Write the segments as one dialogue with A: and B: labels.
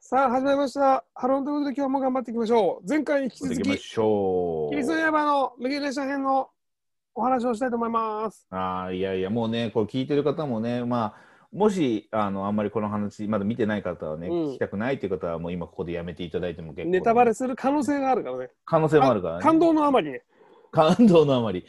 A: さあ、始まりました。ハロンということで、今日も頑張っていきましょう。前回に引き
B: 行
A: 続
B: き
A: き、
B: ましょ
A: キリストの
B: う。
A: 山の右列車編のお話をしたいと思います。
B: ああ、いやいや、もうね、これ聞いてる方もね、まあ、もし、あの、あんまりこの話、まだ見てない方はね、
A: うん
B: 聞きたくないっていう方は、もう今ここでやめていただいても結構、
A: ネタバレする可能性があるからね。
B: 可能性もあるからね。
A: 感動のあまりね。
B: 感動のあ まり。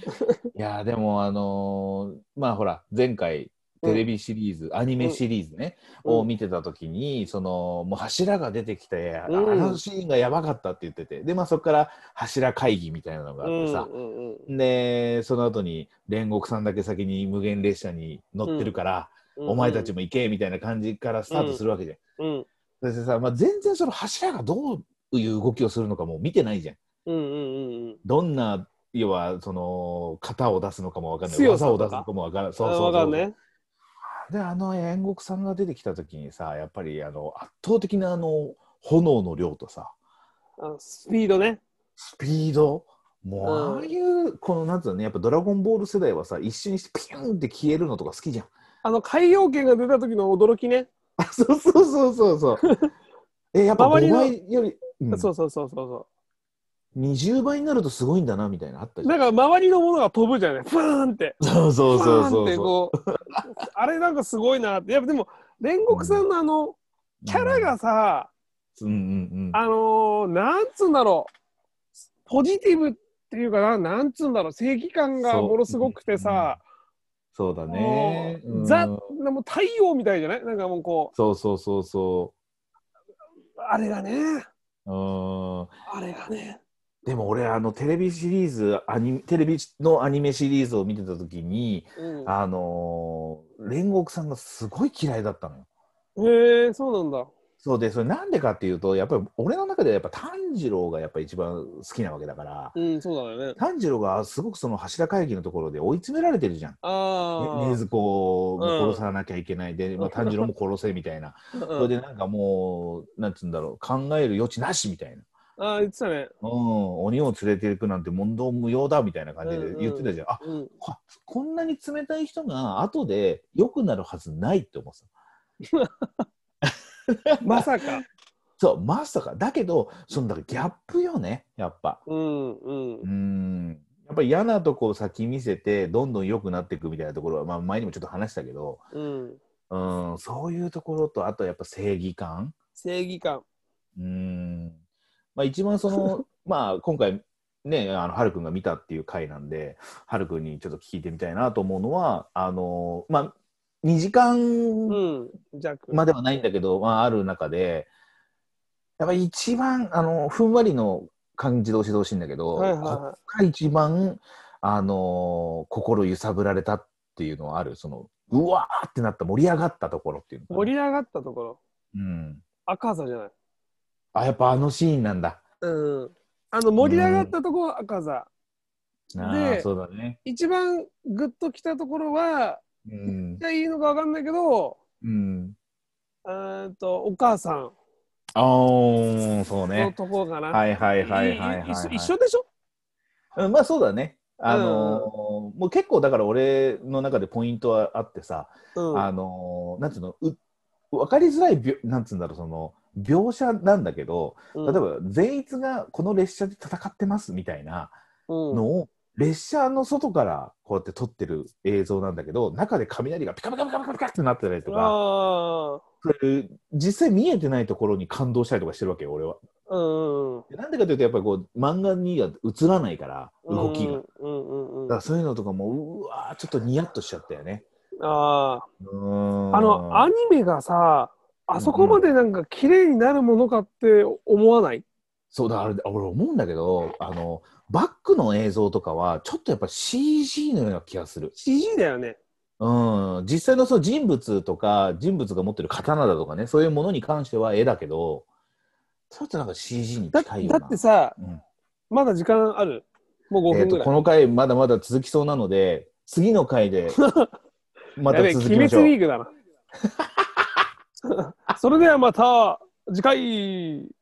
B: いやー、でも、あのーまあ、ほら、前回、テレビシリーズ、アニメシリーズね、
A: うん
B: を見てた時に、その、もう柱が出てきて、あ
A: うん
B: のシーンがやばかったって言ってて、で、まあ、そこから柱会議みたいなのがあってさ、
A: うんうんうん
B: でその後に煉獄さんだけ先に無限列車に乗ってるから、お前たちも行けみたいな感じからスタートするわけじゃん。
A: うん
B: そしてさ、まあ、全然その柱がどういう動きをするのかもう見てないじゃん。
A: うんうんうん
B: どんな要はその型を出すのかもわかんない
A: 強さと
B: 技を
A: か
B: 出すのかもわからん
A: あ
B: そうそう
A: わ
B: そ
A: か
B: う、
A: るね。
B: であの煉獄さんが出てきた時にさやっぱりあの圧倒的なあの炎の量とさ
A: あのスピードね。
B: スピードもう
A: うん
B: ああいうこのなんつうのねやっぱ「ドラゴンボール」世代はさ一瞬にしてピュンって消えるのとか好きじゃん。
A: あの、海洋圏が出た時の驚きね。
B: そうそうそうそうそう。えやっぱ
A: 周り
B: 5
A: の
B: 倍より、うん、
A: そうそうそうそうそ
B: 20倍になるとすごいんだなみたいなあった
A: う。
B: じゃ。
A: なんんか周りのものが飛ぶじゃない。プーンって。
B: そうそうそうそうそう。
A: パーンってこうあれなんかすごいなって。やっぱでも、煉獄さんのあの、キャラがさ、
B: うんうん
A: あのー、なんつうんだろう、ポジティブっていうかな、なんつうんだろう、正義感がものすごくてさ、
B: そうだ
A: も
B: ね。
A: う
B: うん
A: ザ、もう太陽みたいじゃないなんかもうこ、
B: そうそうそうそう
A: あれがね、
B: う。うん。
A: あれがね。
B: でも俺あのテレビシリーズアニテレビのアニメシリーズを見てた時に
A: うん、
B: あのー煉獄さんがすごい嫌いだったのよ。
A: へえ、そうなんだ。
B: そうでそれなんでかっていうとやっぱり俺の中ではやっぱ炭治郎がやっぱ一番好きなわけだから。
A: うん、そうだよね。
B: 炭治郎がすごくその柱会議のところで追い詰められてるじゃん。ね
A: あ
B: 禰
A: あ、
B: 豆子を殺さなきゃいけないで、まあ、炭治郎も殺せみたいな、それ
A: うん、
B: でなんかもうなんつうんだろう考える余地なしみたいな、
A: ああ、言ってたね。
B: うん、鬼を連れていくなんて問答無用だみたいな感じ
A: うん
B: で
A: うん
B: 言ってたじゃん、あ
A: うん、
B: ここんなに冷たい人が後で良くなるはずないって思ってた
A: まさか。
B: そうまさかだけどそのだからギャップよねやっぱ。
A: うん、うん
B: うー。んやっぱり嫌なとこを先見せてどんどん良くなっていくみたいなところは、まあ、前にもちょっと話したけど
A: うん、
B: うんそういうところとあとやっぱ正義感
A: 正義感。
B: うーん、まあ、一番そ のまあ今回ねあのはるくんが見たっていう回なんではるくんにちょっと聞いてみたいなと思うのはあのまあ2時
A: う
B: 間
A: ん、弱。
B: まではないんだけど、まあ、ある中でやっぱり一番あのふんわりの感じで教えてほしいんだけど、
A: はいはい
B: こ
A: は
B: が一番、あのー心揺さぶられたっていうのはあるそのうわーってなった盛り上がったところっていうの
A: い。
B: かな
A: 盛り上がったところ、
B: うん、
A: 赤さじゃない。
B: あやっぱあのシーンなんだ
A: うん。あの、盛り上がったところは赤座。
B: あ
A: で
B: ーそうだね、
A: 一番グッときたところは、
B: うん
A: じゃあいいのかわかんないけど、
B: うん、
A: うーんと、お母さん
B: あーそう
A: の
B: ね
A: ところかな。
B: はいはいはいはいは
A: い
B: い
A: い
B: はい、
A: 一緒一緒でしょ
B: うんまあそうだねあのーもう結構だから俺の中でポイントはあってさ、
A: うん。
B: あのーなんつうのう分かりづらいびょなんつうんだろうその描写なんだけど
A: 例
B: 例え、ば善逸がこの列車で戦ってますみたいな
A: うん、
B: のを列車の外からこうやって撮ってる映像なんだけど中で雷がピカピカピカピカピカってなってたりとか
A: あ
B: そういう実際見えてないところに感動したりとかしてるわけよ俺は。
A: あ、うんうん。
B: でなんでかというとやっぱりこう漫画には映らないから動きが、だ
A: うんうんうん。
B: から
A: あ
B: そういうのとかもううわーちょっとニヤッとしちゃったよね
A: あ
B: うー
A: ー。
B: ん
A: あの、アニメがさ、あそこまでなんか綺麗になるものかって思わない
B: そうだあれ俺思うんだけどあのバックの映像とかはちょっとやっぱ CG のような気がする
A: ?CG だよね。
B: うん実際のその人物とか人物が持ってる刀だとかねそういうものに関しては絵だけどちょっとなんか CG に
A: だ
B: 近いよ
A: だ
B: な
A: ってさ、
B: うん
A: まだ時間あるもう5
B: え
A: 分
B: ー
A: ぐ
B: と
A: らい。
B: この回まだまだ続きそうなので次の 回でま
A: や
B: た
A: べえ
B: 続きまし ょう
A: 鬼滅ウィークだな。それではまた次回。